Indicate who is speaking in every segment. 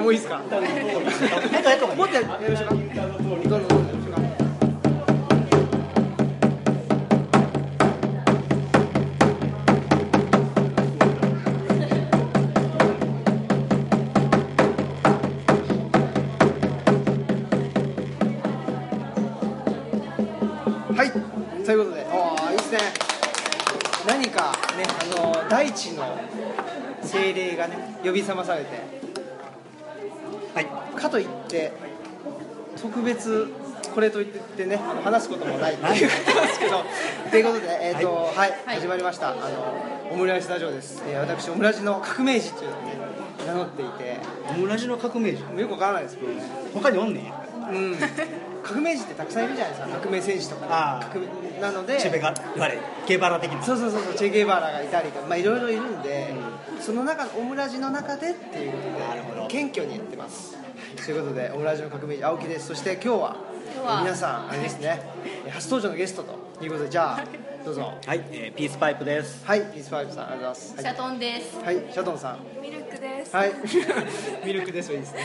Speaker 1: もういいですか。えっとえっともっとやりましょうか。どうぞどうぞ。はい、ということで、ああ、いいですね。何かね、あの大地の精霊がね、呼び覚まされて。はい、かといって、特別。これといってね、話すこともないっていうことですけど、ということで、えっ、と、はい、始まりました。あの、オムライスラジオです。えー私、オムラジの革命児というのをね、名乗っていて、
Speaker 2: オムラジの革命児
Speaker 1: よくわからないですけどね。
Speaker 2: 他におんねん
Speaker 1: うん、革命児ってたくさんいるじゃないですか、革命戦士とか、
Speaker 2: あー
Speaker 1: 革命なので。
Speaker 2: チェベが言われゲバラ的な
Speaker 1: そうそうそうそうチェ・ゲバラがいたりとか、まあ、いろいろいるんで、その中オムラジの中でっていうことで
Speaker 2: なるほど
Speaker 1: 謙虚にやってますということでオムラジの革命児青木ですそして今日は
Speaker 3: 今日は
Speaker 1: 皆さんあれですね初登場のゲストということでじゃあどうぞ
Speaker 2: はい、えーピースパイプです
Speaker 1: はいミスファイブさんありがとうござ
Speaker 3: シ
Speaker 1: い
Speaker 3: ャ
Speaker 1: ま
Speaker 3: トンです。
Speaker 1: すはい、はい、シャトンさん
Speaker 3: ミルクです。
Speaker 1: はい ミルクですいいですね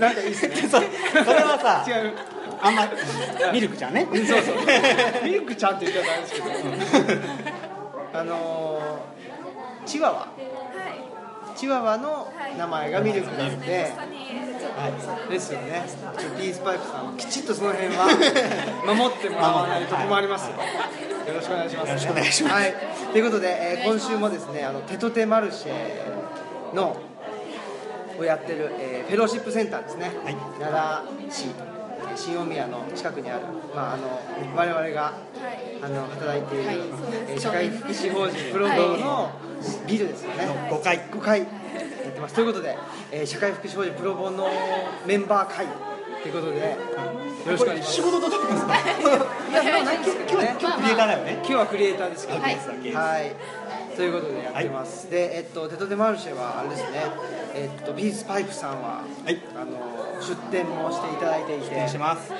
Speaker 1: なんかいい ですね
Speaker 2: そそれはさ
Speaker 1: 違う
Speaker 2: あんまミルクちゃんね
Speaker 1: そう そう ミルクちゃんって言っちゃったんですけどあのー、チワワ
Speaker 4: はい、
Speaker 1: チワワの名前がミルクなんで、
Speaker 4: 下にちょっと、
Speaker 1: ですよねちょピースパイプさんはきちっとその辺は 守ってもらわないと困りますよ、よろしくお願いします、ね、
Speaker 2: よろしくお願いします
Speaker 1: はい、ということで、えー今週もですねあのテトテマルシェのをやってる、えーフェローシップセンターですね、
Speaker 2: はい
Speaker 1: 奈良市えー新大宮の近くにある、まあ、あの我々があの働いている、
Speaker 3: はい
Speaker 1: えー社会福祉法人プロ堂のビルですよね、
Speaker 2: 5回
Speaker 1: 5回やってますということで、えー社会福祉法人プロボのメンバー会ということで、よろしくお願いします
Speaker 2: 仕事とどうですか
Speaker 1: いやでもないんですけどね
Speaker 3: 今日
Speaker 2: クリエイターだよね
Speaker 1: 今日はクリエイターですけど
Speaker 3: はい
Speaker 1: はいということでやってます、でえっとテトデマルシェはあれですねえっとピースパイプさんは、
Speaker 2: はい
Speaker 1: あの出店もしていただいてい
Speaker 2: お願いしてます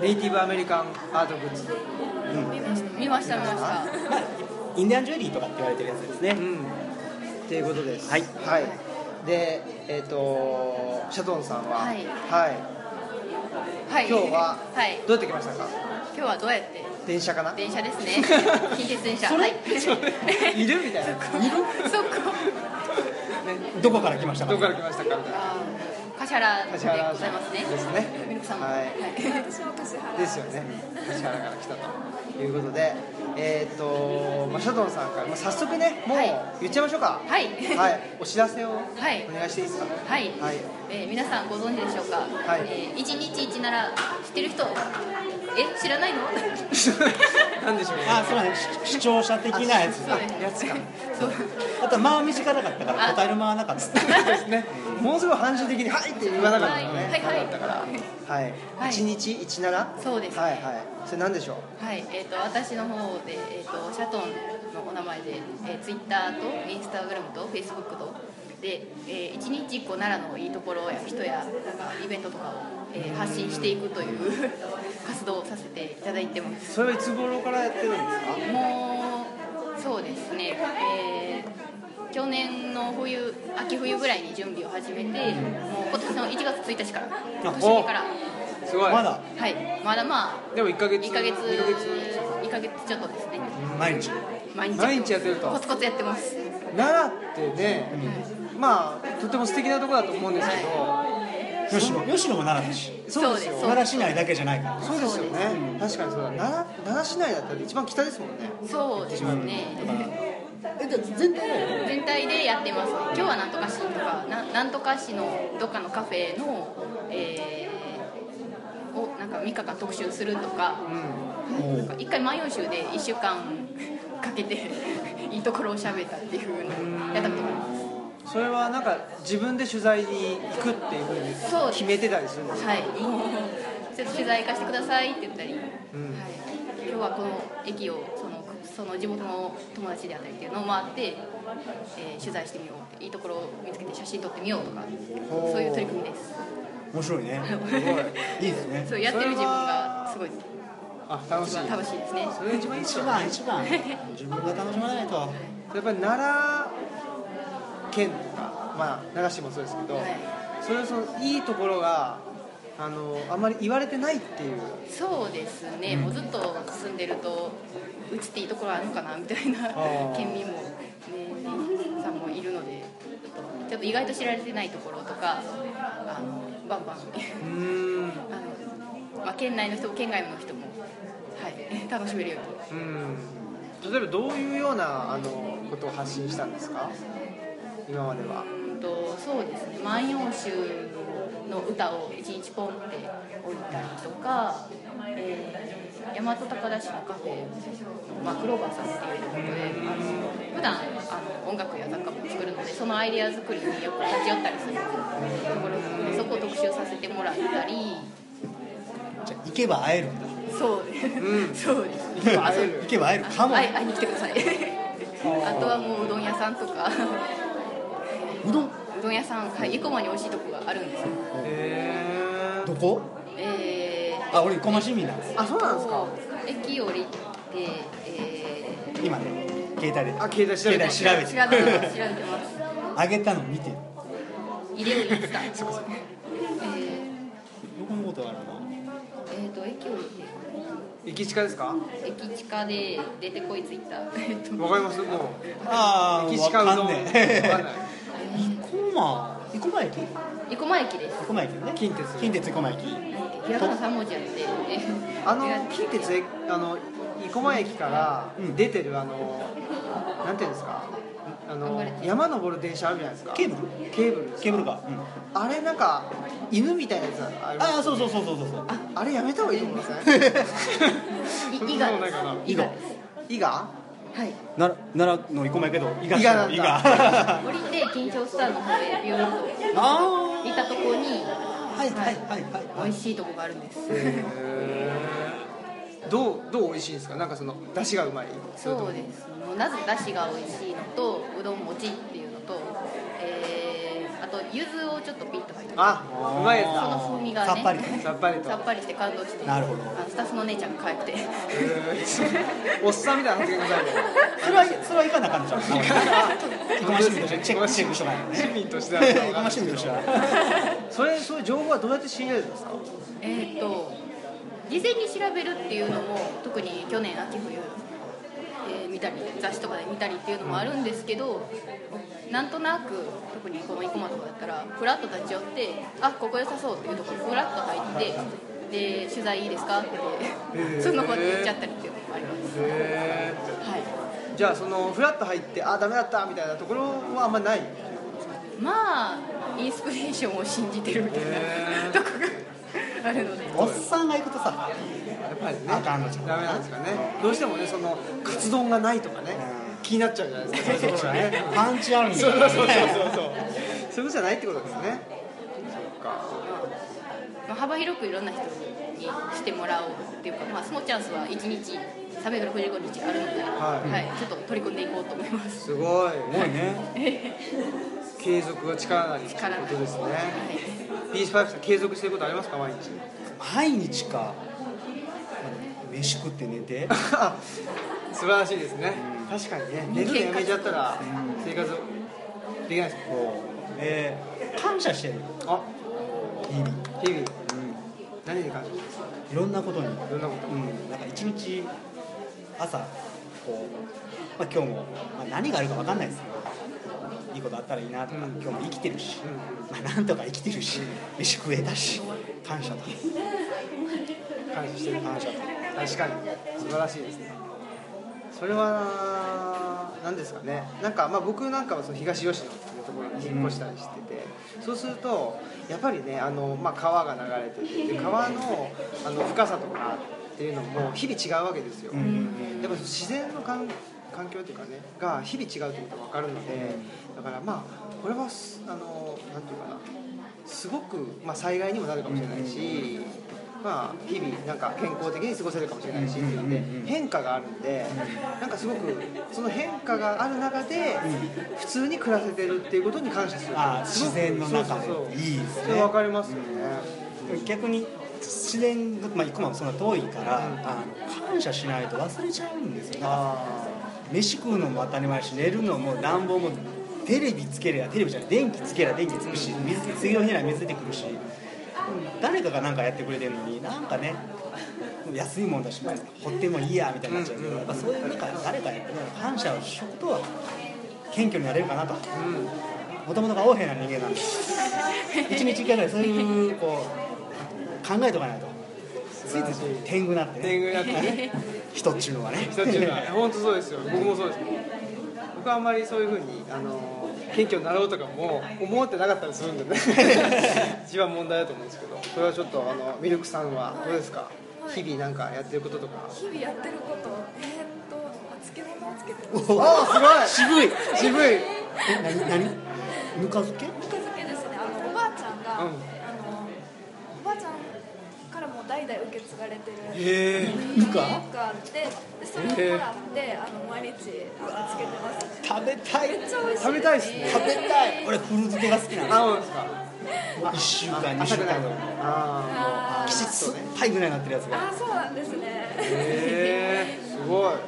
Speaker 1: ネイティブアメリカンアートグッズ
Speaker 3: 見ました見ました。
Speaker 2: インディアンジュエリーとかって言われてるやつですね
Speaker 1: うんっていうことです
Speaker 2: はい
Speaker 1: でえっとシャトンさんは
Speaker 3: はい
Speaker 1: は
Speaker 3: はい。
Speaker 1: い今日は
Speaker 3: はい。
Speaker 1: どうやって来ましたか
Speaker 3: 今日はどうやって
Speaker 1: 電車かな
Speaker 3: 電車です ね。近鉄電車。
Speaker 1: それ
Speaker 3: はい。
Speaker 1: それいるみたいな
Speaker 3: そこ。
Speaker 2: どこから来ましたか
Speaker 1: どこから来ましたかみたいな
Speaker 3: あー橿原でご
Speaker 1: 柏原
Speaker 3: ざいますね。
Speaker 1: ですね
Speaker 3: ミルクさんも。
Speaker 1: は
Speaker 3: はいい。
Speaker 4: 私も橿原
Speaker 1: ですよね橿原から来たということでえーっとまあシャドンさんから、まあ、早速ねもう
Speaker 3: はい
Speaker 1: 言っちゃいましょうか
Speaker 3: はい
Speaker 1: はい、お知らせを
Speaker 3: はい
Speaker 1: お願いしていいですか
Speaker 3: はい
Speaker 1: はい
Speaker 3: えー皆さんご存知でしょうか。
Speaker 1: はい
Speaker 3: えー一日一なら知ってる人。え知らないの？
Speaker 1: なんでしょうね
Speaker 2: あすいませんし視聴者的なやつ
Speaker 3: そうです。
Speaker 1: やつか
Speaker 3: そう。
Speaker 2: あと間は短かったから答える間はなかった
Speaker 1: ですね ものすごい反射的に「はい!」って言わなかったのね、
Speaker 3: はいはいはい
Speaker 1: なかったからはい、
Speaker 3: はい
Speaker 1: 一日一なら
Speaker 3: そうですね
Speaker 1: はいはいそれなんでしょう
Speaker 3: はい、えー、と私の方で、えー、とシャトンのお名前で、えー、ツイッターとインスタグラムとフェイスブックとで、えー、1日1個奈良のいいところや人やなんかイベントとかを、えー発信していくという 活動をさせていただいてます
Speaker 1: それはいつ頃からやってるんですか
Speaker 3: もうそうですね、えー去年の冬秋冬ぐらいに準備を始めてもう今年の1月1日から年明けから
Speaker 1: すご
Speaker 2: まだ
Speaker 3: はいまだまあ
Speaker 1: でも1ヶ
Speaker 3: 1ヶ月2ヶ月ちょっとですね
Speaker 2: 毎日
Speaker 3: 毎日
Speaker 1: 毎日やってると
Speaker 3: コツコツやってます
Speaker 1: 奈良ってね、まあとても素敵なところだと思うんですけど、
Speaker 2: 吉野吉野も奈良だし
Speaker 1: そうですよ
Speaker 3: そう
Speaker 2: 奈良市内だけじゃないから
Speaker 1: そうですよね確かにそうだ奈良奈良市内だったら一番北ですもんね
Speaker 3: そうですね
Speaker 2: えじゃあ全体
Speaker 3: 全体でやってます今日はなんとか市とかななんとか市のどっかのカフェのえーをなんか3日間特集するとかなんか一回万葉集で1週間かけて いいところを喋ったっていうのをやったことがあります
Speaker 1: それはなんか自分で取材に行くっていうふうに
Speaker 3: そうです
Speaker 1: 決めてたりするんですか
Speaker 3: はい、もうちょっと取材行かせてくださいって言ったり、はい、今日はこの駅をそのその地元の友達であったりっていうのを回って、えー取材してみようっていいところを見つけて写真撮ってみようとか
Speaker 1: ほう
Speaker 3: そういう取り組みです
Speaker 2: 面白いねいいですね
Speaker 3: そうやってる自分がすごい
Speaker 1: あ楽しい
Speaker 3: 一番楽しいですね
Speaker 1: それが一番いいっす
Speaker 2: 一
Speaker 1: よね
Speaker 2: 番一番自分が楽しまないと
Speaker 1: やっぱり奈良県とかまあ奈良市もそうですけど、
Speaker 3: はい
Speaker 1: それはそのいいところがあのあまり言われてないっていう
Speaker 3: そうですね、
Speaker 2: うん
Speaker 3: もうずっと住んでるとうちっていいところあるのかなみたいな
Speaker 1: ー
Speaker 3: 県民も、ね、さんもいるのでちょっと意外と知られてないところとかあのバンバン
Speaker 1: うん
Speaker 3: あの、 まあ、県内の人も県外の人も、はい、 楽しめるよう
Speaker 1: うん例えばどういうようなあのことを発信したんですか今までは
Speaker 3: にうんとそうですね「万葉集」の歌を一日ポンって置いたりとか、えー大和高田市のカフェまあ、クローバーさんっていうところであの普段あの音楽や雑貨も作るのでそのアイデア作りによく立ち寄ったりするところなのでそこを特集させてもらったり
Speaker 2: じゃあ行けば会えるんだ
Speaker 3: そうです、 そうです
Speaker 1: 行けば会える
Speaker 2: 行けば会えるかも
Speaker 3: あ会い会いに来てください あとはもううどん屋さんとか
Speaker 2: うどん
Speaker 3: うどん屋さんはい生駒に美味しいとこがあるんですよ
Speaker 1: へ
Speaker 2: どこ
Speaker 3: えー
Speaker 2: あ俺生駒市民なんです
Speaker 1: あそうなんですか
Speaker 3: 駅降りてえ
Speaker 2: 今ね携帯で
Speaker 1: あ携帯調べてます
Speaker 2: 携
Speaker 3: ー、
Speaker 2: 帯
Speaker 3: 調
Speaker 2: 調
Speaker 3: べ
Speaker 2: べ
Speaker 3: てま
Speaker 2: て
Speaker 3: す調べて ます
Speaker 2: あげたの見てる
Speaker 3: 入れを入れてたえー
Speaker 2: どこのことあるの
Speaker 3: えー、と駅を見
Speaker 1: 駅近ですかわ
Speaker 3: て駅地下で出てこいツイッターえっと
Speaker 1: かりますも
Speaker 2: ああ
Speaker 1: う
Speaker 2: わ
Speaker 1: 駅近う
Speaker 2: か
Speaker 1: どん
Speaker 2: ん
Speaker 1: わか
Speaker 2: ね
Speaker 1: んない
Speaker 2: え生駒生駒駅
Speaker 3: 生駒駅です
Speaker 2: 生駒駅ね
Speaker 1: 近鉄
Speaker 2: 近鉄生駒駅
Speaker 3: ひらがな三文字やって
Speaker 1: あの近鉄えあの生駒駅から
Speaker 2: うん
Speaker 1: 出てるあの、なんていうんですかあ
Speaker 3: 頑張
Speaker 1: の
Speaker 3: れて
Speaker 1: 山登る電車あるじゃないですか
Speaker 2: ケーブル
Speaker 1: ケーブルです
Speaker 2: ケーブルカー、うん
Speaker 1: あれなんか犬みたいなやつあります
Speaker 2: ああそうそうそうそうそうそう
Speaker 1: あれやめた方がいいと思いません
Speaker 3: い伊賀です
Speaker 2: 伊賀
Speaker 1: 伊賀
Speaker 3: はい
Speaker 2: なら奈良の生駒やけど伊賀
Speaker 1: 伊賀なんだ
Speaker 2: 伊賀
Speaker 3: 降りて緊張スターの方へビューンと
Speaker 2: あ
Speaker 3: 行ったとこに
Speaker 2: あはいはいはいはい
Speaker 3: 美味しいとこがあるんです
Speaker 1: どうどう美味しいんですかなんかその出汁がうまい
Speaker 3: そうですもうなぜだしが美味しいのとうどんもちっていうのと、えー、あと柚子をちょっとピッと入って
Speaker 1: あうまい
Speaker 3: その
Speaker 1: や
Speaker 3: 風味がね
Speaker 2: さっぱりね
Speaker 1: つださっぱりと
Speaker 3: さっぱりして感動して
Speaker 2: なるほど
Speaker 3: あのスタッフのお姉ちゃんが帰って
Speaker 1: えーおっさんみたいな発言がない
Speaker 2: それはそれはいかな感じゃん生駒市民としてチェックチェックしとかないとね
Speaker 1: 市民としてはなんか
Speaker 2: 生
Speaker 1: わかんな
Speaker 2: 駒
Speaker 1: い
Speaker 2: 市
Speaker 1: ですけ
Speaker 2: 民と
Speaker 1: ど
Speaker 2: しては
Speaker 1: それそういう情報はどうやって仕入れるんですか
Speaker 3: えーっと事前に調べるっていうのも特に去年秋冬、えー見たり雑誌とかで見たりっていうのもあるんですけどなんとなく特にこの生駒とかだったらふらっと立ち寄ってあここ良さそうっていうところにふらっと入ってで取材いいですかって
Speaker 1: へー
Speaker 3: その場で言っちゃったりっていうのもあります、
Speaker 1: へ
Speaker 3: はい、
Speaker 1: えじゃあそのフラッと入ってあダメだったみたいなところはあんまない
Speaker 3: まあインスピレーションを信じてるみたい
Speaker 1: へー
Speaker 3: なとこがあるので
Speaker 2: おっさんが行くとさ
Speaker 1: やっぱりね
Speaker 2: あかんのじゃん
Speaker 1: ダメなんですかねどうしてもねそのカツ丼がないとかね
Speaker 2: うん
Speaker 1: 気になっちゃうじゃないですかそういうところね
Speaker 2: パンチあるんだ
Speaker 1: そうそうそうそう
Speaker 2: ね
Speaker 1: そうそういうことじゃないってことですねそっか
Speaker 3: まあ、幅広くいろんな人にしてもらおうっていうか、まあ、そのチャンスは1日365日あるので、
Speaker 1: はい
Speaker 3: ちょっと取り組んでいこうと思 います
Speaker 1: すごい
Speaker 2: すごいね
Speaker 1: 継続は力なりって
Speaker 3: 力なり
Speaker 1: ことですね
Speaker 3: はい、
Speaker 1: ピースパイプさん継続してることありますか毎 日
Speaker 2: 毎日か飯食って寝て
Speaker 1: 素晴らしいですね確かにね寝るのやめちゃったら生活できないです
Speaker 2: こうで感謝してる
Speaker 1: あ
Speaker 2: 日々
Speaker 1: 日々何に感じます
Speaker 2: いろんなことに
Speaker 1: いろんなこと
Speaker 2: うん、なんか一日朝こう、まあ、今日も、まあ、何があるか分かんないですけどいいことあったらいいなとか、
Speaker 1: うん
Speaker 2: 今日も生きてるし、
Speaker 1: う
Speaker 2: まあ、なんとか生きてるし、飯食えたし感謝と
Speaker 1: 感謝してる
Speaker 2: 感謝と
Speaker 1: 確かに素晴らしいですねそれは何ですかねなんかまあ僕なんかはその東吉野っていうところに引っ越したりしてて、そうするとやっぱりねあの、まあ、川が流れててで川のあの深さとかっていうのも日々違うわけですよ、
Speaker 2: うん
Speaker 1: やっぱ自然の環環境というかねが日々違うということが分かるのでだからまあこれはすあのなんていうかなすごく、まあ、災害にもなるかもしれないし、まあ、日々なんか健康的に過ごせるかもしれないしっていうので
Speaker 2: うんうんうん
Speaker 1: 変化があるんでなんかすごくその変化がある中で普通に暮らせてるっていうことに感謝する
Speaker 2: あー
Speaker 1: すごく
Speaker 2: 自然の中で
Speaker 1: そうそうそう
Speaker 2: いいですね
Speaker 1: それ分かりますよね、
Speaker 2: 逆に自然が、まあ、行くもそんな遠いから、あの感謝しないと忘れちゃうんですよだから
Speaker 1: あ
Speaker 2: 飯食うのも当たり前だし寝るのも暖房もテレビつけりゃテレビじゃない電気つけりゃ電気つくし水次の日には水出てくるし誰かが何かやってくれてるのになんかね安いもんだしまあほってもいいやみたいになっちゃうけどやっぱそういうなんか誰かに感謝をしとくことは謙虚になれるかなともともとが横柄な人間なんで一日一回ぐらいそういうこう考えとかないとついつい天狗になって
Speaker 1: 天狗になって
Speaker 2: ね人っちゅうのはね
Speaker 1: 人っていうのは本当そうですよ僕もそうです僕はあんまりそういうふうにあの謙虚になろうとかも思ってなかったりするんで ね一番問題だと思うんですけどそれはちょっとあのミルクさんはどうですか、
Speaker 4: はい
Speaker 1: 日々なんかやってることとか
Speaker 4: 日々やってることえーっとあ漬物をつけて
Speaker 2: お
Speaker 4: ます
Speaker 2: お
Speaker 1: ああす
Speaker 2: 渋
Speaker 1: ご
Speaker 2: い
Speaker 1: い渋い
Speaker 2: え何何ぬか漬け
Speaker 4: ぬか漬けですねあのおばあちゃんが、
Speaker 1: うん
Speaker 4: あのおばあちゃんからもう代々受け継がれてる
Speaker 1: へえ
Speaker 2: ぬか
Speaker 4: ぬかででそれをもらってあの毎日あのつけてます
Speaker 2: 食べたい
Speaker 4: めっちゃ美味しい
Speaker 1: 食べたいですね
Speaker 2: 食べたい俺フル漬けが好きな
Speaker 1: あ
Speaker 2: の
Speaker 1: そうですか
Speaker 2: 1週間2
Speaker 1: 浅
Speaker 2: 週
Speaker 1: くない
Speaker 2: 間
Speaker 1: の
Speaker 2: の
Speaker 1: あ
Speaker 4: あ
Speaker 2: きちっと酸っぱいぐらいになってるやつ
Speaker 4: ー
Speaker 2: が
Speaker 4: あーそうなんです
Speaker 1: ー
Speaker 4: ね
Speaker 1: へえすごい
Speaker 4: はい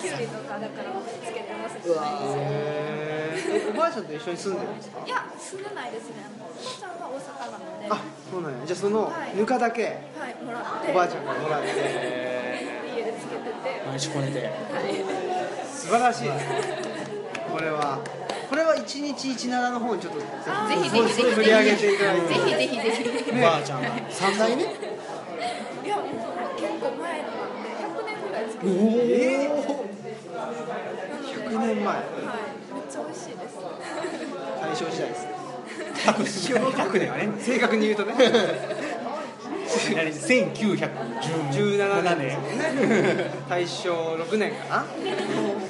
Speaker 4: キュウリとかだからつけてますね
Speaker 1: へーえおばあちゃんと一緒に住んでるんですか
Speaker 4: いや住んでないですねおばあちゃんは大阪なので
Speaker 1: あそうなんやじゃあそのぬかだけ
Speaker 4: はいもらって
Speaker 1: おばあちゃんからもらって
Speaker 4: 家でつけてて
Speaker 2: 毎日こねて
Speaker 1: 素晴らしいですこれはこれは一日一七の方にちょっとぜ
Speaker 3: ぜひぜひぜひぜひ
Speaker 1: 取り上げていただいて
Speaker 3: ぜひぜひぜひ
Speaker 2: おばあちゃんが3代ね
Speaker 4: いやもう結構前のなんで100年ぐらいつけて
Speaker 2: お
Speaker 4: る
Speaker 2: お
Speaker 1: え
Speaker 4: な
Speaker 1: 100
Speaker 4: ので
Speaker 1: 年前
Speaker 4: はいめっちゃ美味しいです
Speaker 1: 大正時代ですね
Speaker 2: 100年はね
Speaker 1: 正確に言うと ね17年
Speaker 2: 1917年
Speaker 1: ね大正六年かな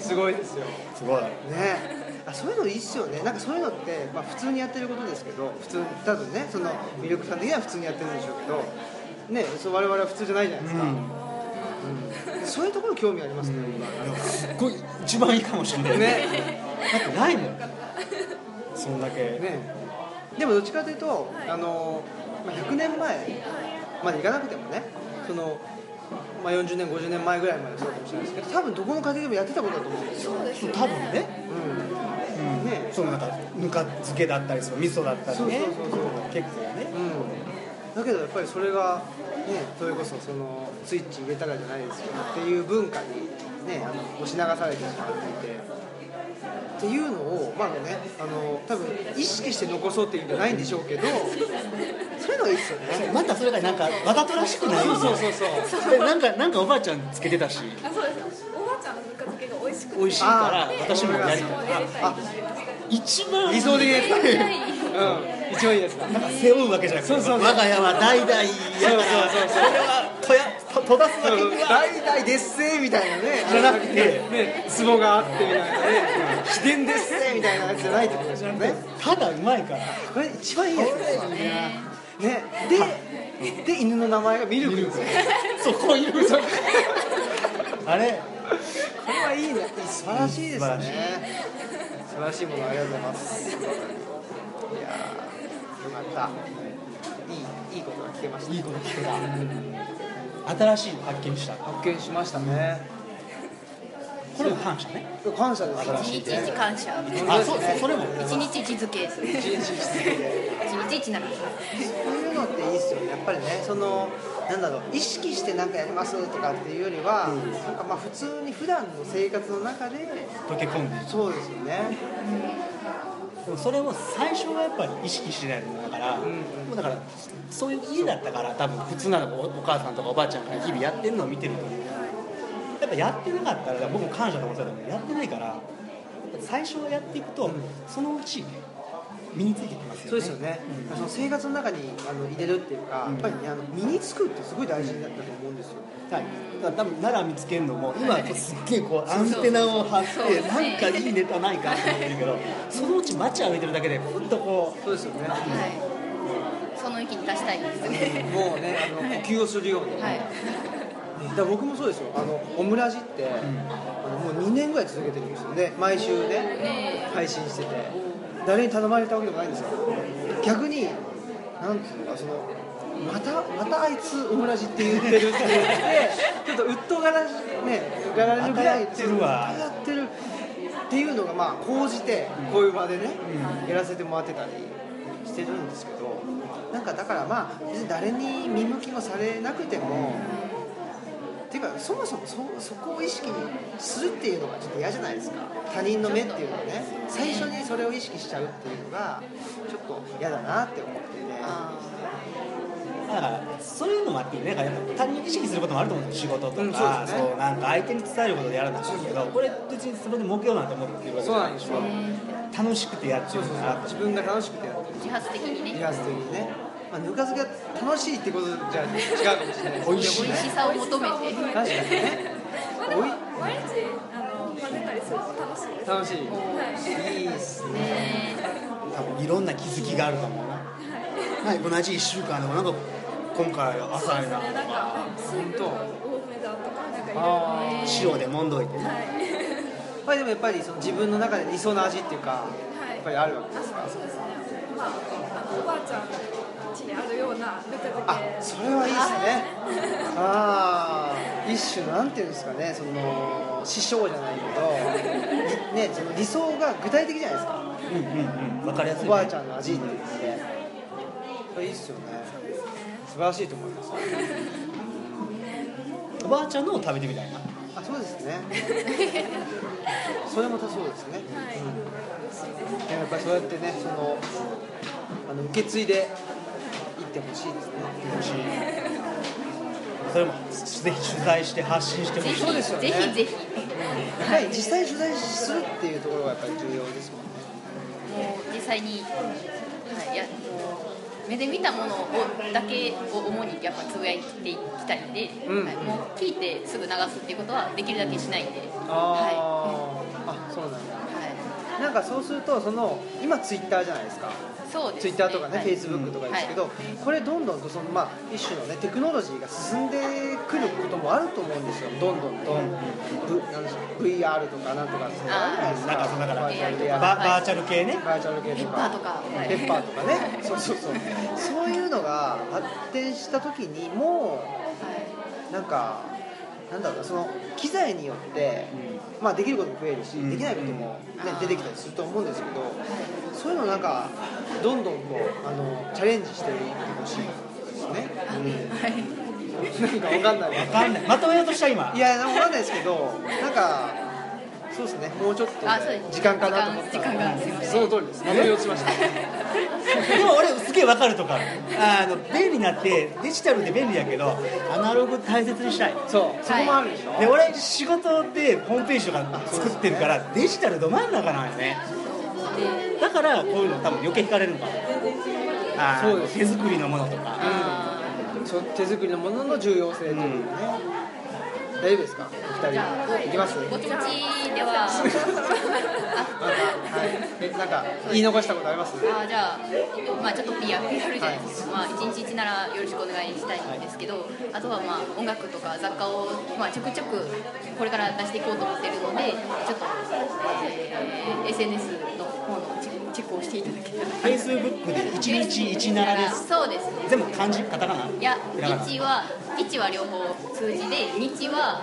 Speaker 1: すごいですよ
Speaker 2: すごい
Speaker 1: ねあそういうのいいっすよねなんかそういうのって、まあ、普通にやってることですけど普通多分ねその魅力さん的には普通にやってるんでしょうけどねそう我々は普通じゃないじゃないですか、うんそういうところ興味ありますね、僕はなんか
Speaker 2: すっごい一番いいかもしれない
Speaker 1: ね
Speaker 2: だってないもんそんだけ
Speaker 1: ね、でもどっちかというと、あのまあ、100年前までいかなくてもねその、まあ、40年50年前ぐらいまでそうかもしれないですけど多分どこの家庭でもやってたことだと思うんですよ、
Speaker 4: そうですよ
Speaker 2: 多分
Speaker 4: ね
Speaker 2: ね
Speaker 1: うんね
Speaker 2: そのなんかぬか漬けだったりその味噌だったりね
Speaker 1: そうそうそう
Speaker 2: 結構ね
Speaker 1: うん、だけどやっぱりそれが、ね、それこそそのスイッチ入れたらじゃないですけどっていう文化に、ね、あの押し流されてしまっていて。っていうのを、まあね、あの多分意識して残そうっていうんじゃないんでしょうけ どそういうのがいいですよね
Speaker 2: またそれがなんかわざとらしくない
Speaker 1: そうそうそうそう
Speaker 2: でなんかなんかおばあちゃんつけてたし
Speaker 4: あそうですおばあちゃんのぬか漬けが美味しくて
Speaker 2: 美味しい
Speaker 4: あ
Speaker 2: から私もやり
Speaker 4: そう
Speaker 2: たい
Speaker 4: やりたいってなりました
Speaker 2: 一番
Speaker 1: 理想的です
Speaker 2: なんか
Speaker 1: うん一番いいですか
Speaker 2: 背負うわけじゃなくて
Speaker 1: そうそうそう
Speaker 2: 我が家は代々やから
Speaker 1: そうそうそうそう
Speaker 2: それはとやと戸田さんには
Speaker 1: 代々でっせーみたいなね
Speaker 2: じゃなくて
Speaker 1: ねツボがあってみたいなね秘伝でっせーみたいなやつじゃないってことですよね
Speaker 2: ただうまいから
Speaker 1: これ一番いいやつですよねねでで犬の名前がミルクですよ
Speaker 2: そこいるぞあれ
Speaker 1: これはいいね素晴らしいですね素
Speaker 2: 素晴らしい
Speaker 1: 晴らしいものありがとうございますいやーよかったいいいいことが聞けました
Speaker 2: いいこと聞けた新しいの発見した
Speaker 1: 発見しましたね
Speaker 2: これも感謝ね
Speaker 1: 感謝です
Speaker 2: 新
Speaker 3: 一日一感謝
Speaker 2: あそうそうそれも
Speaker 3: 一日一漬けする一
Speaker 1: 一日して
Speaker 3: 日一なら
Speaker 1: そういうのっていいっすよねやっぱりねそのなんだろう意識して何かやりますとかっていうよりは、なんかまあ普通に普段の生活の中で
Speaker 2: 溶け込んでい
Speaker 1: そうですよね
Speaker 2: くでもそれを最初はやっぱり意識してないものだから、もうだからそういう家だったから多分普通なのおお母さんとかおばあちゃんが日々やってるのを見てるとやっぱやってなかったら僕も感謝と思ってたけどやってないからやっぱ最初はやっていくと、そのうち身についてきますよね
Speaker 1: そうですよね、その生活の中にあの入れるっていうか、やっぱりねあの身につくってすごい大事だったと思うんですよ、
Speaker 2: はい、だから多分奈良見つけるのも今こうすっげえこうアンテナを張
Speaker 3: そう
Speaker 2: ってなんかいいネタないかって思ってるけどそのうち街歩いてるだけでふっとこ
Speaker 1: そうですよね
Speaker 3: はいその域に達したいですね
Speaker 1: もうねあの呼吸をするように、
Speaker 3: はい
Speaker 1: だから僕もそうですよあのオムラジって、あのもう2年ぐらい続けてるんですよね毎週ね配信してて誰に頼まれたわけでもないんですよ逆になんていうのかそのまたまたあいつオムラジって言ってるって言って ちょっとうっとがら,、ね、がられるぐらい
Speaker 2: またやってるわ
Speaker 1: またやってるっていうのがまあ高じてこういう場でね、やらせてもらってたりしてるんですけどなんかだからまあ別に誰に見向きもされなくても、っていうかそもそもそそこを意識するっていうのがちょっと嫌じゃないですか他人の目っていうのはね最初にそれを意識しちゃうっていうのがちょっと嫌だなって思ってて、
Speaker 3: あ
Speaker 2: だからそういうのもあってねなんかやっぱ他人を意識することもあると思うんですよ仕事とか、
Speaker 1: うんそうですね
Speaker 2: そうなんか相手に伝えることでやるんだけどこれ別にそれで目標なんて思ってるわけじ
Speaker 1: そ
Speaker 2: ゃ
Speaker 1: うな
Speaker 2: な
Speaker 1: いん
Speaker 2: で
Speaker 1: で
Speaker 2: し
Speaker 1: し
Speaker 2: ょ
Speaker 1: ょそう
Speaker 2: 楽しくてやって
Speaker 1: そう
Speaker 2: る
Speaker 1: そ
Speaker 2: ん
Speaker 1: う
Speaker 2: だなって
Speaker 1: 自分が楽しくてやってる
Speaker 3: ー自発的に
Speaker 1: イ
Speaker 3: ね
Speaker 1: ラストにね、まあ、ぬか漬けが楽しいってことじゃ違うかもしれないです
Speaker 2: 美味しい
Speaker 3: 美味しさを求めて
Speaker 1: 確かにね
Speaker 4: まあでも毎日あの混ぜたりするの楽しいです。
Speaker 1: 楽しい
Speaker 4: はい。
Speaker 1: いいっすね
Speaker 3: ね
Speaker 2: 多分いろんな気づきがあると思うな、はい、同じ1週間でもなんか今回
Speaker 4: そう
Speaker 2: 朝に
Speaker 4: です
Speaker 2: な
Speaker 4: ね。なんか水分が多めだとかなんかいろいろ。は
Speaker 1: あ
Speaker 2: 塩でもんどいてね、
Speaker 4: い。
Speaker 1: あやっぱりでもやっぱりその自分の中で理想の味っていうか
Speaker 4: はい
Speaker 1: やっぱりあるわけですか
Speaker 4: あそうですね。まああのおばあちゃん家にあるようなぬか
Speaker 1: あ
Speaker 4: 漬
Speaker 1: それはいいっすねああ一種のなんていうんですかねその師匠じゃないけど ねその理想が具体的じゃないですか
Speaker 2: うんうんうん分かりやすい、
Speaker 1: お
Speaker 2: ね、
Speaker 1: ばあちゃんの味っていうのでそれいいっすよね
Speaker 4: けですね。
Speaker 1: 素晴らしいと思います
Speaker 2: おばあちゃんのを食べてみたいな
Speaker 1: あそうですねそれまたそうですね、
Speaker 4: はい。美味しいです。
Speaker 1: でもやっぱりそうやってねそのあの受け継いでいってほしいですね
Speaker 2: 欲しいそれもぜひ取材して発信して
Speaker 3: ぜ
Speaker 2: ほしい
Speaker 1: そうですよね
Speaker 3: ひぜひぜひ
Speaker 1: やっぱり実際取材するっていうところがやっぱり重要ですもんね
Speaker 3: もう実際に、はい、いやもう目で見たものをだけを主にやっぱつぶやいていきたいんで、
Speaker 1: うん
Speaker 3: はい、もう聞いてすぐ流すっていうことはできるだけしないんで、は
Speaker 1: あー、あそうなんだ
Speaker 3: いは
Speaker 1: なんかそうするとその今ツイッターじゃないですか
Speaker 3: い、そうです
Speaker 1: ツイッターとかね
Speaker 3: はい
Speaker 1: フェイスブックとかですけど、
Speaker 3: は
Speaker 1: これどんどんとその、まあ、一種のねテクノロジーが進んでくることもあると思うんですよどんどんと、ブなんでしょう VR とかなんとかそうあるじゃないです
Speaker 2: なんかそうだからバ
Speaker 1: バーチャルリア
Speaker 3: や
Speaker 1: ル
Speaker 2: バーチャル系ね
Speaker 1: バーチャル系とか
Speaker 3: ペッパーとかはい
Speaker 1: ペッパーとかねそうそうそうそういうのが発展した時にもうなんかなんだろうなその機材によって、まあ、できることも増えるし、
Speaker 2: うん
Speaker 1: できないことも、ね
Speaker 3: あー
Speaker 1: 出てきたりすると思うんですけどそういうのなんかどんどんこうあのチャレンジしていってほしいですね、なんかわかんない
Speaker 2: わかんないまとめようとした今
Speaker 1: いやなんかわかんないですけどなんかそうですねもうちょっと
Speaker 3: あそうです
Speaker 1: 時間かなと思った
Speaker 3: 時間時間がすいません
Speaker 1: その通りですまとめ落ちました
Speaker 2: でも俺すげえわかるとかあの便利になってデジタルで便利やけどアナログ大切にしたい
Speaker 1: そう、そこもあるでしょ。
Speaker 2: で俺仕事でホームページとか作ってるからデジタルど真ん中なんよね
Speaker 3: い、で
Speaker 2: だからこういうの多分余計惹かれるのかなあー
Speaker 1: そうです
Speaker 2: 手作りのものとか
Speaker 3: あ
Speaker 1: そう手作りのものの重要性というね。大丈夫ですか？お二
Speaker 3: ーじゃあ
Speaker 1: 人いきます。
Speaker 3: ごちも ちでは
Speaker 1: なんかはい。えなんか言い残したことあります？
Speaker 3: あーじゃあ、まあ、ちょっと PR, PR じゃないですか、まあ、1日1ならよろしくお願いしたいんですけど、あとは、まあ、音楽とか雑貨を、まあ、ちょくちょくこれから出していこうと思ってるので、ちょっと、えー SNS の方のチェチェックをしていただけたら。
Speaker 2: Facebook で1日17です
Speaker 3: そうですね
Speaker 2: 全部漢字カタカナ
Speaker 3: いや、
Speaker 2: ひらがな
Speaker 3: 1は、1は両方数字で、日は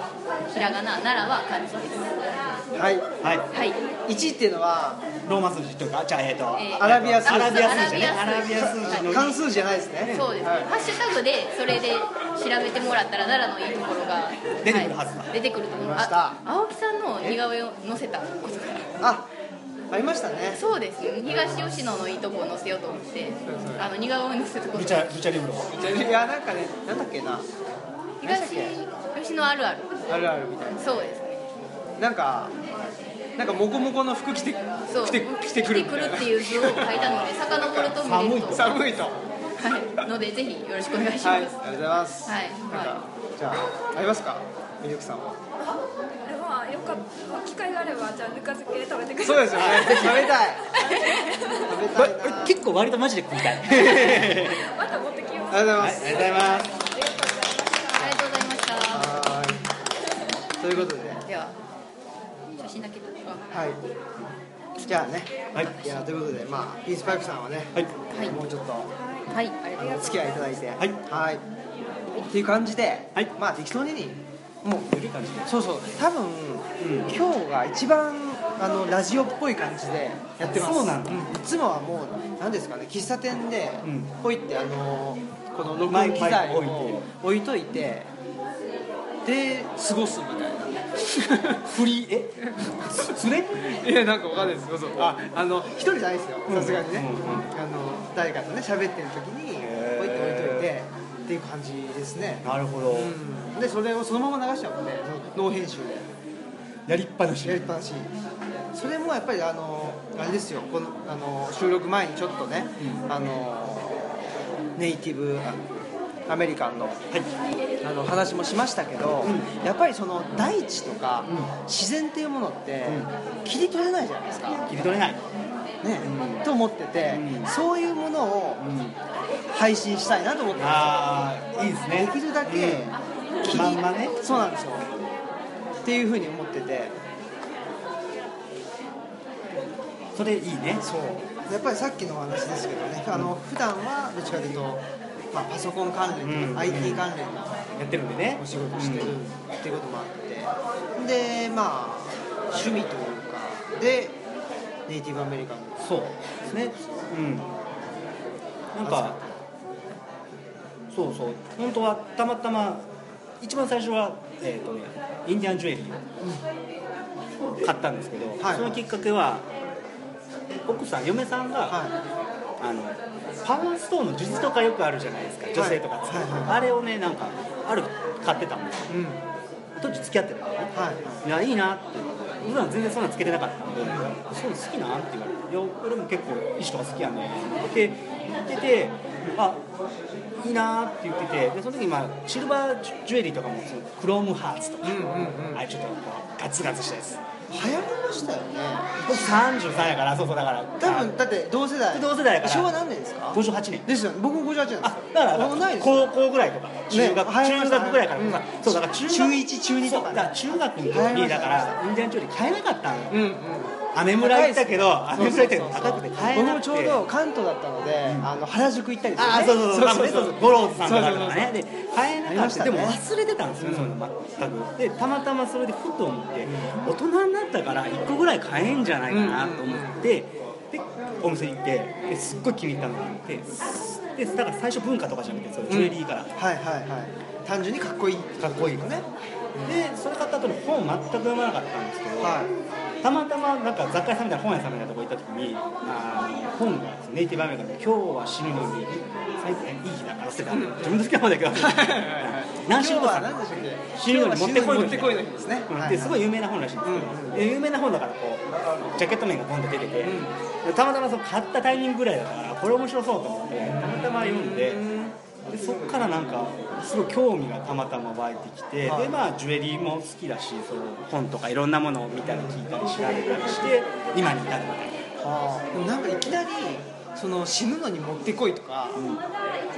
Speaker 3: ひらがな、奈良は漢字です。
Speaker 1: はい。
Speaker 2: はい
Speaker 3: はい。
Speaker 1: 一っていうのは
Speaker 2: ローマ数字というかじゃあえっと
Speaker 3: えー
Speaker 1: アラビア数
Speaker 2: アラビア数
Speaker 3: 数
Speaker 2: 字
Speaker 3: 字
Speaker 2: ねアラビア数字の
Speaker 1: 関数じゃないですね。
Speaker 3: そうです、ね
Speaker 1: はい
Speaker 3: ハッシュタグでそれで調べてもらったら奈良のいいところが
Speaker 2: 出てくるはずだ
Speaker 3: い出てくると思い
Speaker 1: 出
Speaker 3: ます
Speaker 1: ました
Speaker 3: あ青木さんの似顔絵を載せたことが
Speaker 1: あ、ありましたね。
Speaker 3: そうですね東吉野のいいとこを載せようと思ってあの似顔絵を載せたこ
Speaker 2: ブ
Speaker 3: と
Speaker 2: チャブチャリブロ
Speaker 1: いやなんかね、なんだっけな、
Speaker 3: 東吉野あるある
Speaker 1: あるあるみたい
Speaker 3: そうですね
Speaker 1: な。なんかなんかモコモコの服着て
Speaker 3: そう
Speaker 1: 着て着てくるみたいな
Speaker 3: っていう図を書いたので遡ると見れると
Speaker 1: 寒いと。はい。
Speaker 3: はい、のでぜひよろしくお願いします
Speaker 1: あ
Speaker 3: は
Speaker 1: りが
Speaker 3: い、
Speaker 1: とうございます。なんか
Speaker 3: は
Speaker 1: じゃあありますか、ミルクさんは。
Speaker 4: えまあよかった。まあ機会があればじゃあぬか漬け食べてください。
Speaker 1: そうです よね。 食べたい。食べたいな。あり
Speaker 2: 結構割とマジで食いたい
Speaker 4: また持ってきます。
Speaker 1: がとうござい
Speaker 2: は
Speaker 1: ま
Speaker 2: い
Speaker 1: す。
Speaker 2: ありがとうございます
Speaker 3: ありがとうございました
Speaker 1: はーい。ということで、
Speaker 3: では写真だけ撮るか
Speaker 1: はい。じゃあね。
Speaker 2: はい
Speaker 1: いやということで、まあインスパイクさんはね、
Speaker 2: はい
Speaker 3: はい
Speaker 1: もうちょっと
Speaker 3: はいありが
Speaker 1: あ
Speaker 3: とうござい
Speaker 1: の
Speaker 3: ま
Speaker 1: お
Speaker 3: す
Speaker 1: 付き合いいただいて、はいい。っていう感じで、
Speaker 2: はい
Speaker 1: まあ適当にもう
Speaker 2: 緩い感じで
Speaker 1: そうそう多分、今日が一番あのラジオっぽい感じでやってます
Speaker 2: そうなんだ
Speaker 1: いつもはもう何ですかね喫茶店で
Speaker 2: うん
Speaker 1: ポイってあのこの録
Speaker 2: マイ
Speaker 1: 音
Speaker 2: ク
Speaker 1: 機材を
Speaker 2: マイク置いて
Speaker 1: 置いといてで過ごすみた いな
Speaker 2: フリーえそれ
Speaker 1: いやなんかわかんないですよそうああの一人じゃないですよ
Speaker 2: うん
Speaker 1: さすがにね、
Speaker 2: うん
Speaker 1: あの誰かとね喋ってる時に
Speaker 2: へー
Speaker 1: ポイって置いといてっていう感じですね
Speaker 2: なるほど、
Speaker 1: うんでそれをそのまま流しちゃうもんでノー編集で
Speaker 2: やりっぱなし
Speaker 1: やりっぱなしそれもやっぱりあのあれですよこのあの収録前にちょっとね、あのネイティブあアメリカンの,、あの話もしましたけど、やっぱりその大地とか、自然っていうものって、切り取れないじゃないですか、ね
Speaker 2: 切り取れない、
Speaker 1: と思ってて、
Speaker 2: うん
Speaker 1: そういうものを配信したいなと思ってま
Speaker 2: ああいいです
Speaker 1: す
Speaker 2: ね
Speaker 1: できるだけ、
Speaker 2: うんまんまね
Speaker 1: そうなんですよっていうふうに思ってて
Speaker 2: それいいね
Speaker 1: そうやっぱりさっきのお話ですけどね、あの普段はどっちかというと、まあ、パソコン関連とか、
Speaker 2: うん
Speaker 1: IT 関連の
Speaker 2: やってるんでね
Speaker 1: お仕事してるっていうこともあって、で、まあ、趣味というか、で、ネイティブアメリカンの
Speaker 2: そうですねうんなんかそうそう本当はたまたま一番最初は、えーとね、インディアンジュエリーを買ったんですけど、
Speaker 1: はい
Speaker 2: そのきっかけは奥さん嫁さんが、
Speaker 1: は
Speaker 2: あのパワーストーンの術とかよくあるじゃないですか女性とか使う、
Speaker 1: はいはい
Speaker 2: あれをねなんかある買ってたんですよ
Speaker 1: い、うん、
Speaker 2: 当時付き合ってたのね
Speaker 1: はい
Speaker 2: やいいなって普段全然そんなのつけてなかったんで「そういうの好きなん?」って言われて「いや俺も結構石とか好きやね」って言ってて「あいいな」って言っててでその時、まあ、シルバージュエリーとかもそのクロームハーツとか、
Speaker 1: い、うんうんうん、
Speaker 2: あれちょっとこうガツガツしたやつ
Speaker 1: 流行りましたよね、
Speaker 2: 僕33やからそうそうだから
Speaker 1: 多分だって同世代、
Speaker 2: 同世代やから
Speaker 1: 昭和何年ですか
Speaker 2: 58年
Speaker 1: ですよね、僕も58年
Speaker 2: あだから
Speaker 1: 同いです
Speaker 2: 高校ぐらいとか中学、
Speaker 1: 流行りま
Speaker 2: 中
Speaker 1: した
Speaker 2: 学ぐらいから、
Speaker 1: うん
Speaker 2: そうだから中学
Speaker 1: 中一中二とかね
Speaker 2: そうだら中学の時
Speaker 1: 流行りま
Speaker 2: に
Speaker 1: した
Speaker 2: だからインディアンジュエリー買えなかったのよ
Speaker 1: うんうん
Speaker 2: 雨村行ったけど
Speaker 1: 高
Speaker 2: 雨
Speaker 1: いっす
Speaker 2: 村行ったけど高くて買え
Speaker 1: 僕
Speaker 2: な
Speaker 1: も
Speaker 2: くて
Speaker 1: ちょうど関東だったので、あの原宿行ったりとか
Speaker 2: ああそうそうそうそうそう五郎さんとか
Speaker 1: そう
Speaker 2: と
Speaker 1: そうそ
Speaker 2: か
Speaker 1: う
Speaker 2: ねで買えな
Speaker 1: あり
Speaker 2: か
Speaker 1: ま
Speaker 2: っ
Speaker 1: したた
Speaker 2: で
Speaker 1: ね
Speaker 2: も忘れてたんですよねそういうの全くでたまたまそれでふと思って大人になったから1個ぐらい買えんじゃないかなと思ってでお店行ってですっごい気に入ったのがあってでだから最初文化とかじゃなくてそういうジュエリーから
Speaker 1: はいはいはい単純にかっこいい
Speaker 2: かっこいいのねでそれ買った後に本全く読まなかったんですけど、
Speaker 1: は
Speaker 2: たまたまなんか雑貨屋さんみたいな本屋さんみたいなとこ行った時にあの本がネイティブアメリカンの「今日は死ぬのに最近いい日だから」捨てた自分の好きな本だけど
Speaker 1: 今
Speaker 2: 何
Speaker 1: 日
Speaker 2: しろ
Speaker 1: は
Speaker 2: さ
Speaker 1: 何でしたっけ
Speaker 2: 死ぬのに持ってこいの
Speaker 1: 今日は死ぬのに持ってこいの日ですね、はい
Speaker 2: ですごい有名な本らしいんですけど、で有名な本だからこうジャケット面がボンと出てて、でたまたまその買ったタイミングぐらいだからこれ面白そうと思ってたまたま読んででそっからなんかすごい興味がたまたま湧いてきて、
Speaker 1: はい
Speaker 2: でまあジュエリーも好きだしその本とかいろんなものを見たり聞いたり調べたりして今に至るみたいな。
Speaker 1: はあでもなんかいきなりその死ぬのに持ってこいとか,、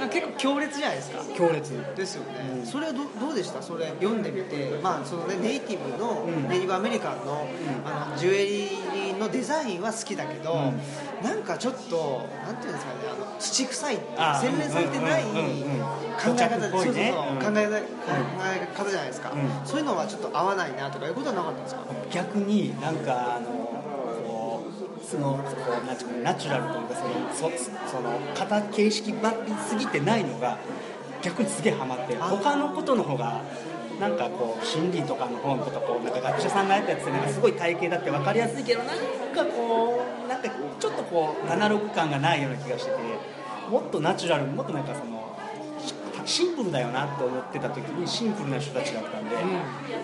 Speaker 1: なんか結構強烈じゃないですか
Speaker 2: 強烈
Speaker 1: ですよね、
Speaker 2: うん
Speaker 1: それはどどうでしたそれ読んでみて、まあそのね、ネイティブの、
Speaker 2: うん
Speaker 1: ネイティブアメリカンの,、あのジュエリーのデザインは好きだけど、なんかちょっとなんていうんですかねあの土臭いっていう
Speaker 2: あー
Speaker 1: 洗練されてない
Speaker 2: うん
Speaker 1: 考
Speaker 2: うんうんうん
Speaker 1: え方
Speaker 2: 土着
Speaker 1: でそ
Speaker 2: っ
Speaker 1: う
Speaker 2: ぽ
Speaker 1: そうそ考
Speaker 2: いうねうん
Speaker 1: えた考え方じゃないですか、
Speaker 2: うん
Speaker 1: そういうのはちょっと合わないなとかいうことはなかったんですか
Speaker 2: 逆になんかあのこうそのこうなんていうかナチュラルというかそのそその型形式ばりすぎてないのが逆にすげえハマって
Speaker 1: あー
Speaker 2: 他のことの方がなんかこう心理とかの本とかこうなんか学者さんがやったやつってなんかすごい体系だって分かりやすいけどなんかこうなんかちょっとこうアナログ感がないような気がしててもっとナチュラルもっとなんかそのしシンプルだよなと思ってた時にシンプルな人たちだったんで、
Speaker 1: う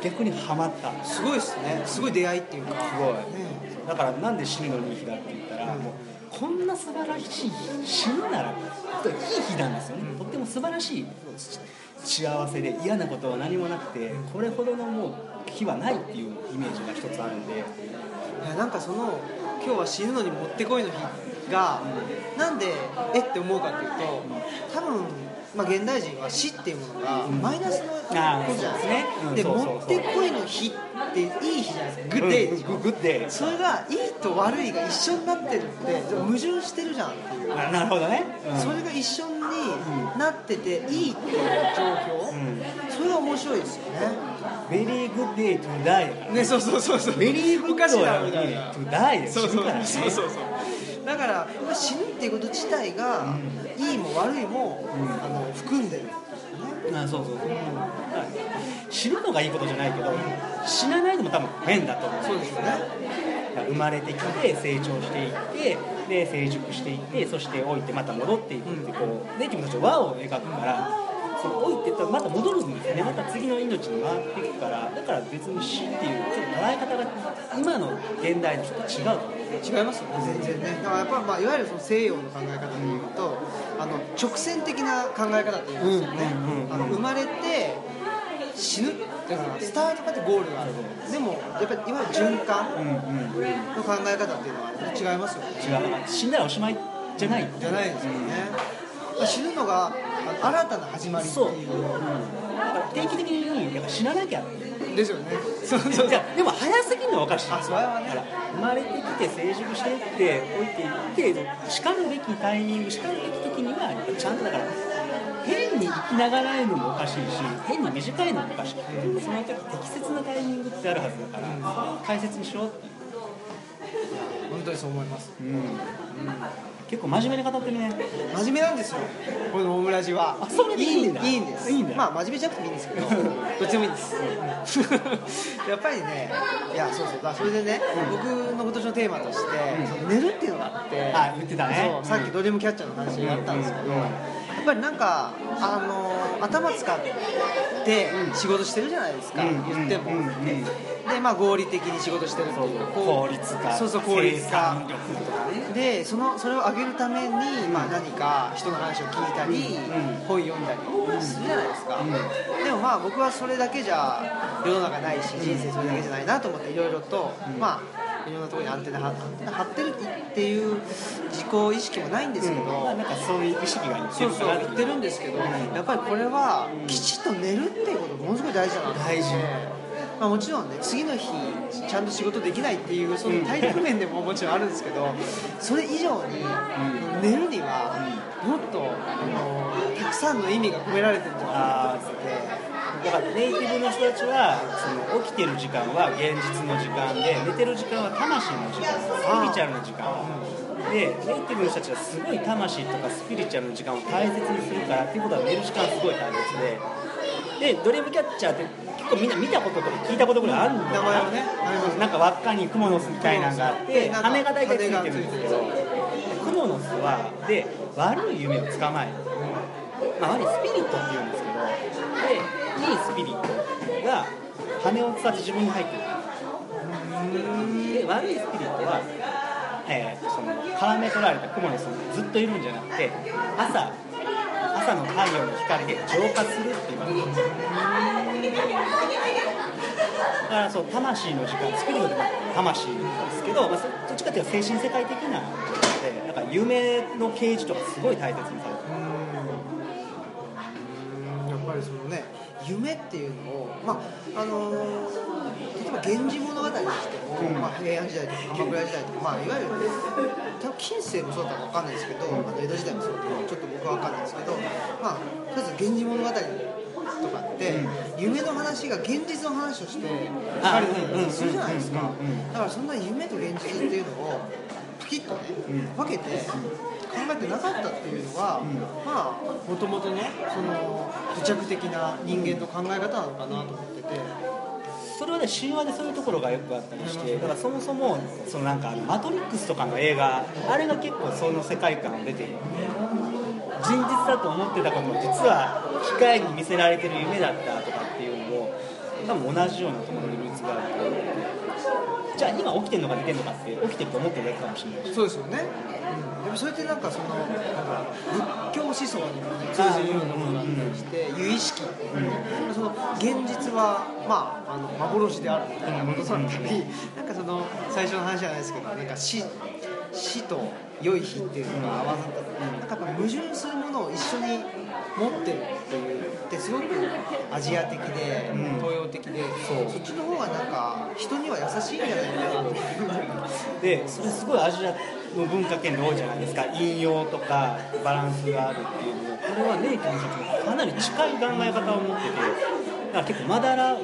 Speaker 2: 逆にハマった。
Speaker 1: すごいですねすごい出会いっていうか
Speaker 2: すごい、
Speaker 1: う
Speaker 2: だからなんで死ぬのいい日だって言ったら、
Speaker 1: うん
Speaker 2: もうこんな素晴らしい日死ぬならいい日なんですよね、とっても素晴らしい幸せで嫌なことは何もなくてこれほどのもう日はないっていうイメージが一つあるんで
Speaker 1: いやなんかその今日は死ぬのにもってこいの日が、なんでえって思うかっていうと多分、まあ、現代人は死っていうものがマイナスのことじゃないですか
Speaker 2: あーそうですねうん
Speaker 1: で
Speaker 2: そうそうそう
Speaker 1: もってこいの日っていい日じゃないですかグッデイでしょ、
Speaker 2: うんグッデ
Speaker 1: それがいいと悪いが一緒になってるって矛盾してるじゃんっていう、
Speaker 2: イあなるほどね、うん
Speaker 1: それが一緒になってていいっていう状況、
Speaker 2: うん
Speaker 1: それが面面白いですよ
Speaker 2: ベリーグッデイトゥダイだから
Speaker 1: ね。ね、そうそうそうそう。
Speaker 2: ベリーグ
Speaker 1: お
Speaker 2: ッ
Speaker 1: かし
Speaker 2: ド
Speaker 1: い
Speaker 2: な
Speaker 1: な
Speaker 2: の
Speaker 1: み
Speaker 2: にト
Speaker 1: たいな。
Speaker 2: ゥダイで
Speaker 1: そう
Speaker 2: 死
Speaker 1: そ
Speaker 2: ぬ
Speaker 1: う
Speaker 2: からね
Speaker 1: そうそうそう。だから、まあ死ぬっていうこと自体が、いいも悪いも、あの含んでる。
Speaker 2: あそうそうそう、はい死ぬのがいいことじゃないけど死なないのも多分変だと思う
Speaker 1: そうですよね。
Speaker 2: 生まれてきて成長していってで成熟していってそして老いてまた戻っていくってこうで君たちは輪を描くからその老いてったらまた戻るんですよねまた次の命に回っていくからだから別に死っていうちょっと捉え方が今の現代の人と違うと思う
Speaker 1: 違いますよね、全然ね。だから、やっぱ、まあ、いわゆるその西洋の考え方でいうと、あの直線的な考え方っていうんですよね
Speaker 2: うんうんう。ん
Speaker 1: あの生まれて。死ぬだからスタートからゴールがあるでもやっぱりいわゆる循環
Speaker 2: うんうん違う
Speaker 1: の考え方っていうのは違いますよね
Speaker 2: 死んだらおしまいじゃない
Speaker 1: じゃないですよね、死ぬのがあの新たな始まりって
Speaker 2: そう、う
Speaker 1: いう
Speaker 2: ん、だから定期的にやっぱ死ななきゃ
Speaker 1: ですよねそうそうそう
Speaker 2: いやでも早すぎるのはおかしい
Speaker 1: あそれはね
Speaker 2: だから生まれてきて成熟していって老いていってしかるべきタイミングしかるべき時にはやっぱちゃんとだから変に生きながらえるのもおかしいし変に短いのもおかしくてその時適切なタイミングってあるはずだから大切にしようっていう、
Speaker 1: 本当にそう思います
Speaker 2: 結構真面目に語ってるね
Speaker 1: 真面目なんですよこのオムラジは
Speaker 2: あそれでいいんだ
Speaker 1: いいんです
Speaker 2: いいんだ
Speaker 1: まあ真面目じゃなくてもいいんですけ どどっちでもいいです やっぱりねいやそうそうだそれでね、僕の今年のテーマとして、その寝るっていうのがあって
Speaker 2: あ言ってたね
Speaker 1: そうさっきドリームキャッチャーの話があったんですけど、
Speaker 2: うんうん
Speaker 1: やっぱりなんかあの頭使って仕事してるじゃないですか、言っても、
Speaker 2: うんうんうん
Speaker 1: でまあ合理的に仕事してるっていうかこ
Speaker 2: 効
Speaker 1: う
Speaker 2: 率化
Speaker 1: そうそう効率化
Speaker 2: 生産力とかね
Speaker 1: でそのそれを上げるために、まあ、何か人の話を聞いたり、
Speaker 2: ん
Speaker 1: 本読んだりするじゃないですか、でもまあ僕はそれだけじゃ世の中ないし人生それだけじゃないなと思っていろいろと、まあいろんなところにアンテナ張アンテナ張ってるっていう自己意識もないんですけど、
Speaker 2: まあなんかそういう意識がいって
Speaker 1: そう
Speaker 2: るか
Speaker 1: そう
Speaker 2: な
Speaker 1: 言ってるんですけど、やっぱりこれはきちっと寝るっていうことものすごい大事だなと思って
Speaker 2: 大事
Speaker 1: まあ、もちろんね次の日ちゃんと仕事できないっていうその体力面でももちろんあるんですけどそれ以上に寝るにはもっとあのたくさんの意味が込められてると
Speaker 2: あ
Speaker 1: 思って
Speaker 2: だからネイティブの人たちはその起きてる時間は現実の時間で寝てる時間は魂の時間スピリチュアルの時間でネイティブの人たちはすごい魂とかスピリチュアルの時間を大切にするからっていうことは寝る時間すごい大切ででドリームキャッチャーって結構みんな見たこととか聞いたことぐらいあるんだ
Speaker 1: 名前はね
Speaker 2: なんか輪っかにクモの巣みたいなのがあって
Speaker 1: なんか
Speaker 2: 羽が大体ついてるんですけどクモの巣はで悪い夢を捕まえるまあ、あれスピリットって言うんですけどでいいスピリットが羽を伝って自分に入ってくるで悪いスピリットは、えー、その絡め取られた雲の巣にずっといるんじゃなくて朝朝の太陽の光で浄化するっていうだからそう魂の時間スピリットってまあ魂なんですけど、まあ、そどっちかっていうと精神世界的なことでなんか夢の啓示とかすごい大切にされてる
Speaker 1: やっぱりそのね夢っていうのをまああの例えば「源氏物語」にしても、まあ、平安時代とか鎌倉時代とか、まあ、いわゆる多分近世もそうだったかわかんないですけど、あの江戸時代もそうだったかちょっと僕はわかんないですけどまあとりあえず「源氏物語」とかって、夢の話が現実の話をして
Speaker 2: あ
Speaker 1: ある
Speaker 2: うんうん
Speaker 1: するじゃないですか
Speaker 2: うんうん
Speaker 1: だからそんな夢と現実っていうのをパキッとね分けて考えてなかったっていうのは、まあもともとねその癒着的な人間の考え方なのかなと思ってて、
Speaker 2: それはね神話でそういうところがよくあったりしてだからそもそもそのなんかマトリックスとかの映画あれが結構その世界観が出てる現実だと思ってたことも実は機械に見せられてる夢だったとかっていうのも多分同じようなところにルーツがあると思うじゃあ今起きてるのか寝てるのかって起きてると思ってるだけかもしれないし
Speaker 1: そうですよね、でもそれってなんかそのなんか仏教思想にもね通じるようなものがあったりして有意識っていうね、その現実はまああの幻であるみたいなことだったりなんかその最初の話じゃないですけどなんか死死と良い日っていうのが合わさったなんかやっぱ矛盾するものを一緒に持ってるっていうってすごくアジア的で
Speaker 2: ん
Speaker 1: 東洋的で、
Speaker 2: そう
Speaker 1: そっちの方がなんか人には優しいんじゃないかなって
Speaker 2: でそれすごいアジアの文化圏で多いじゃないですか引用とかバランスがあるっていうのこれはネイティブの人たちもかなり近い考え方を持っててだから結構まだらを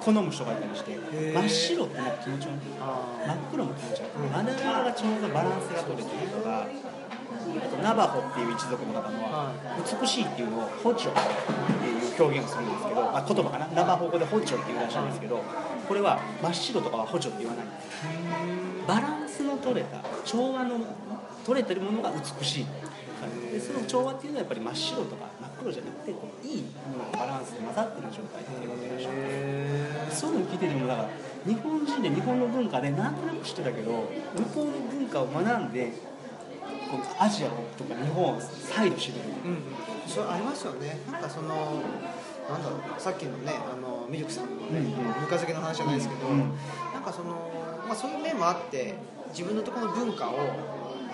Speaker 2: 好む人がいたりして
Speaker 1: へー
Speaker 2: 真っ白ってなんか気持ち悪い
Speaker 1: あー
Speaker 2: 真っ黒も気持ち悪い、
Speaker 1: うん
Speaker 2: まだらがちょうどバランスが取れてるとかあとナバホっていう一族の中のは
Speaker 1: は
Speaker 2: 美しいっていうのをホチョっていう表現をするんですけどあ言葉かなナバホ語でホチョっていうらしいんですけどこれは真っ白とかはホチョって言わないんですバランスの取れた調和の取れてるものが美しいでその調和っていうのはやっぱり真っ白とか真っ黒じゃなくてこういいものがバランスで混ざってる状態っていうことでしょ
Speaker 1: へ
Speaker 2: そういうの聞いててもだから日本人で日本の文化でなんとなく知ってたけど向こうの文化を学んでこうアジアとか日本を再度知る
Speaker 1: ーうんそれありますよねなんかそのなんだろうさっきのねあのミルクさんのね、
Speaker 2: うんうん
Speaker 1: ぬか漬けの話じゃないですけど、
Speaker 2: うん
Speaker 1: なんかその、まあ、そういう面もあって自分のところの文化を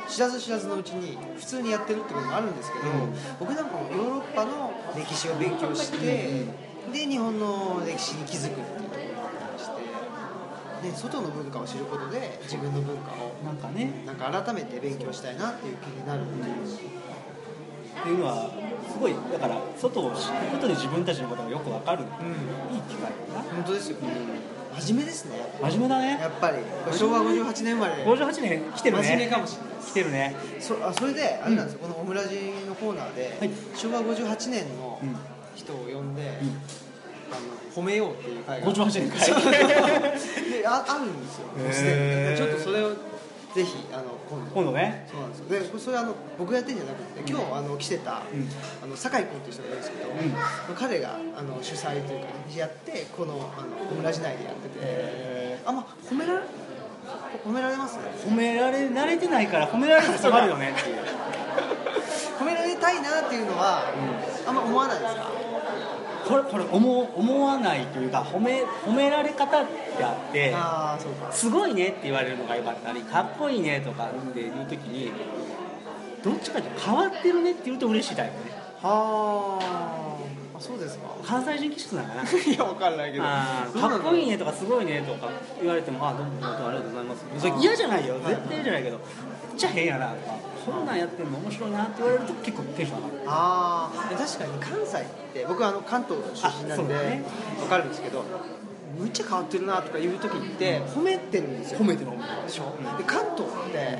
Speaker 1: 知らず知らずのうちに普通にやってるってこともあるんですけど、
Speaker 2: うん
Speaker 1: 僕なんかもヨーロッパの歴史を勉強して、で日本の歴史に気づくっていうところがあったりして、ね、外の文化を知ることで自分の文化を
Speaker 2: なんかね
Speaker 1: なんか改めて勉強したいなっていう気になるっていう。
Speaker 2: っていうのはすごいだから外を知ることで自分たちのことがよくわかる、いい機会だな
Speaker 1: 本当ですよ、真面目ですね
Speaker 2: 真面目だ
Speaker 1: や
Speaker 2: ね
Speaker 1: っぱりこれ昭和58年生まれ
Speaker 2: 58年来てるね
Speaker 1: 真面目かもしれない
Speaker 2: 来てるね
Speaker 1: そあそれであれなんですよ、このオムラジのコーナーで、
Speaker 2: はい
Speaker 1: 昭和58年の
Speaker 2: うん
Speaker 1: 人を呼んで、
Speaker 2: ん
Speaker 1: あの褒めようっていう会が
Speaker 2: 58年
Speaker 1: そう
Speaker 2: 会
Speaker 1: でああるんですよ
Speaker 2: へー
Speaker 1: すでにちょっとそれをぜひあの今度
Speaker 2: 今度ね
Speaker 1: そうなんですよでこれそれあの僕がやってんじゃなくて今日あの来てた、
Speaker 2: うん
Speaker 1: あの酒井君っていう人がいるんですけど、彼があの主催というかやってこのあのオムラジ内でやってて、あんま褒められ褒められます
Speaker 2: 褒められ慣れてないから褒められることがあるよねっていう
Speaker 1: 褒められたいなっていうのは、あんま思わないですか
Speaker 2: これこれ思う思わないというか褒め褒められ方ってあって
Speaker 1: ああそうか
Speaker 2: すごいねって言われるのがよかったりかっこいいねとかっていう時にどっちかっていうと変わってるねって言うと嬉しいタイプね
Speaker 1: はーあそうですか
Speaker 2: 関西人気質なのかな
Speaker 1: いやわかんないけど
Speaker 2: あ
Speaker 1: そ
Speaker 2: ー
Speaker 1: うな
Speaker 2: かっ
Speaker 1: の
Speaker 2: こいいねとかすごいねとか言われてもあどうも本当ありがとうございますそれ嫌じゃないよ
Speaker 1: はい
Speaker 2: 絶対嫌じゃないけどめっちゃ変やなとかこんなんやってんの面白いなって言われると結構テンション上がる
Speaker 1: ああ確かに関西って僕はあの関東出身な
Speaker 2: あそ
Speaker 1: ん
Speaker 2: う
Speaker 1: で、
Speaker 2: だね
Speaker 1: わかるんですけどむっちゃ変わってるなとかいう時って褒めてるんですよ
Speaker 2: 褒めてる褒めてる
Speaker 1: でしょ、で関東って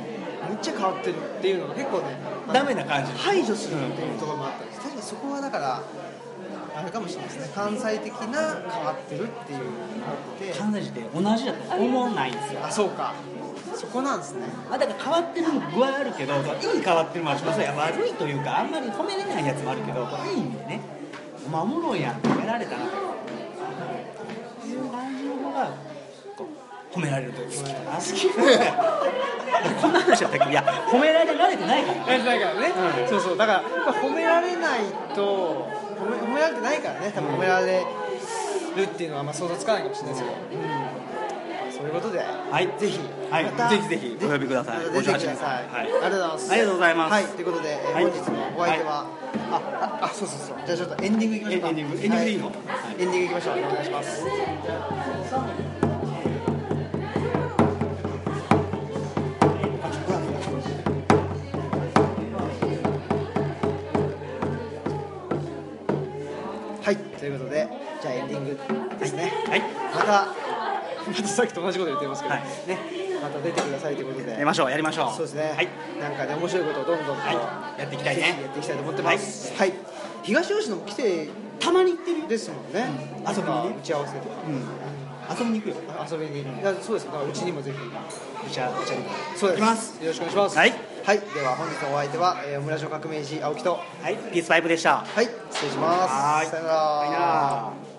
Speaker 1: むっちゃ変わってるっていうのが結構ねあの
Speaker 2: ダメな感じ
Speaker 1: 排除するっていうところもあったんです、確かにそこはだからあれかもしれないですね関西的な変わってるっていうのがあっ
Speaker 2: 関西人って同じだと思わないんですよ
Speaker 1: てあそうかそこなんですね
Speaker 2: まあ、だから変わってる具合あるけどいい変わってるもあるし、まあ、それは悪いというかあんまり褒めれないやつもあるけどいいんでねお前おもろいやん褒められたなとっていう感じの方がこう褒められるというか好きか な好きこんな話だったっけいや褒められ慣れてないから
Speaker 1: えだからね、
Speaker 2: うん
Speaker 1: そうそうだからやっぱ褒められないと褒め褒められてないからね多分褒められるっていうのはあんま想像つかないかもしれないですけど、うんそういうことで、
Speaker 2: はい
Speaker 1: ぜひ、
Speaker 2: はい
Speaker 1: また
Speaker 2: ぜひぜひお呼びください
Speaker 1: また出てください、
Speaker 2: はい
Speaker 1: ありがとうございます
Speaker 2: ありがとうございます
Speaker 1: はい、ということで、えー
Speaker 2: はい
Speaker 1: 本日のお相手は、あああそうそうそうじゃあちょっとエンディングいきましょうか
Speaker 2: えエンディングエンディングでいいの
Speaker 1: は
Speaker 2: はい
Speaker 1: エンディングいきましょうお願いしますはいということでじゃあエンディングですね、
Speaker 2: はい
Speaker 1: またまたさっきと同じこと言ってますけど、
Speaker 2: はい
Speaker 1: ねまた出てくださいということで
Speaker 2: やりましょうやりましょう
Speaker 1: そうですね、
Speaker 2: はい、
Speaker 1: なんかね面白いことをどんどんと、
Speaker 2: はい、やっていきたいね
Speaker 1: ぜひやっていきたいと思ってますはい、東吉野も来て
Speaker 2: たまに行ってるよ、
Speaker 1: ですもんね、
Speaker 2: ん遊びにね
Speaker 1: 打ち合わせとか
Speaker 2: うん、遊びに行くよ
Speaker 1: あ遊びに、いやそうですだからうちにもぜひ
Speaker 2: じゃあじゃ
Speaker 1: そうです
Speaker 2: 行きます
Speaker 1: よろしくお願いします
Speaker 2: はい、
Speaker 1: はい、では本日のお相手は、えー、村上革命児青木と
Speaker 2: あはいピースパイプでした
Speaker 1: はい失礼します
Speaker 2: はーい
Speaker 1: さよな
Speaker 2: さよなら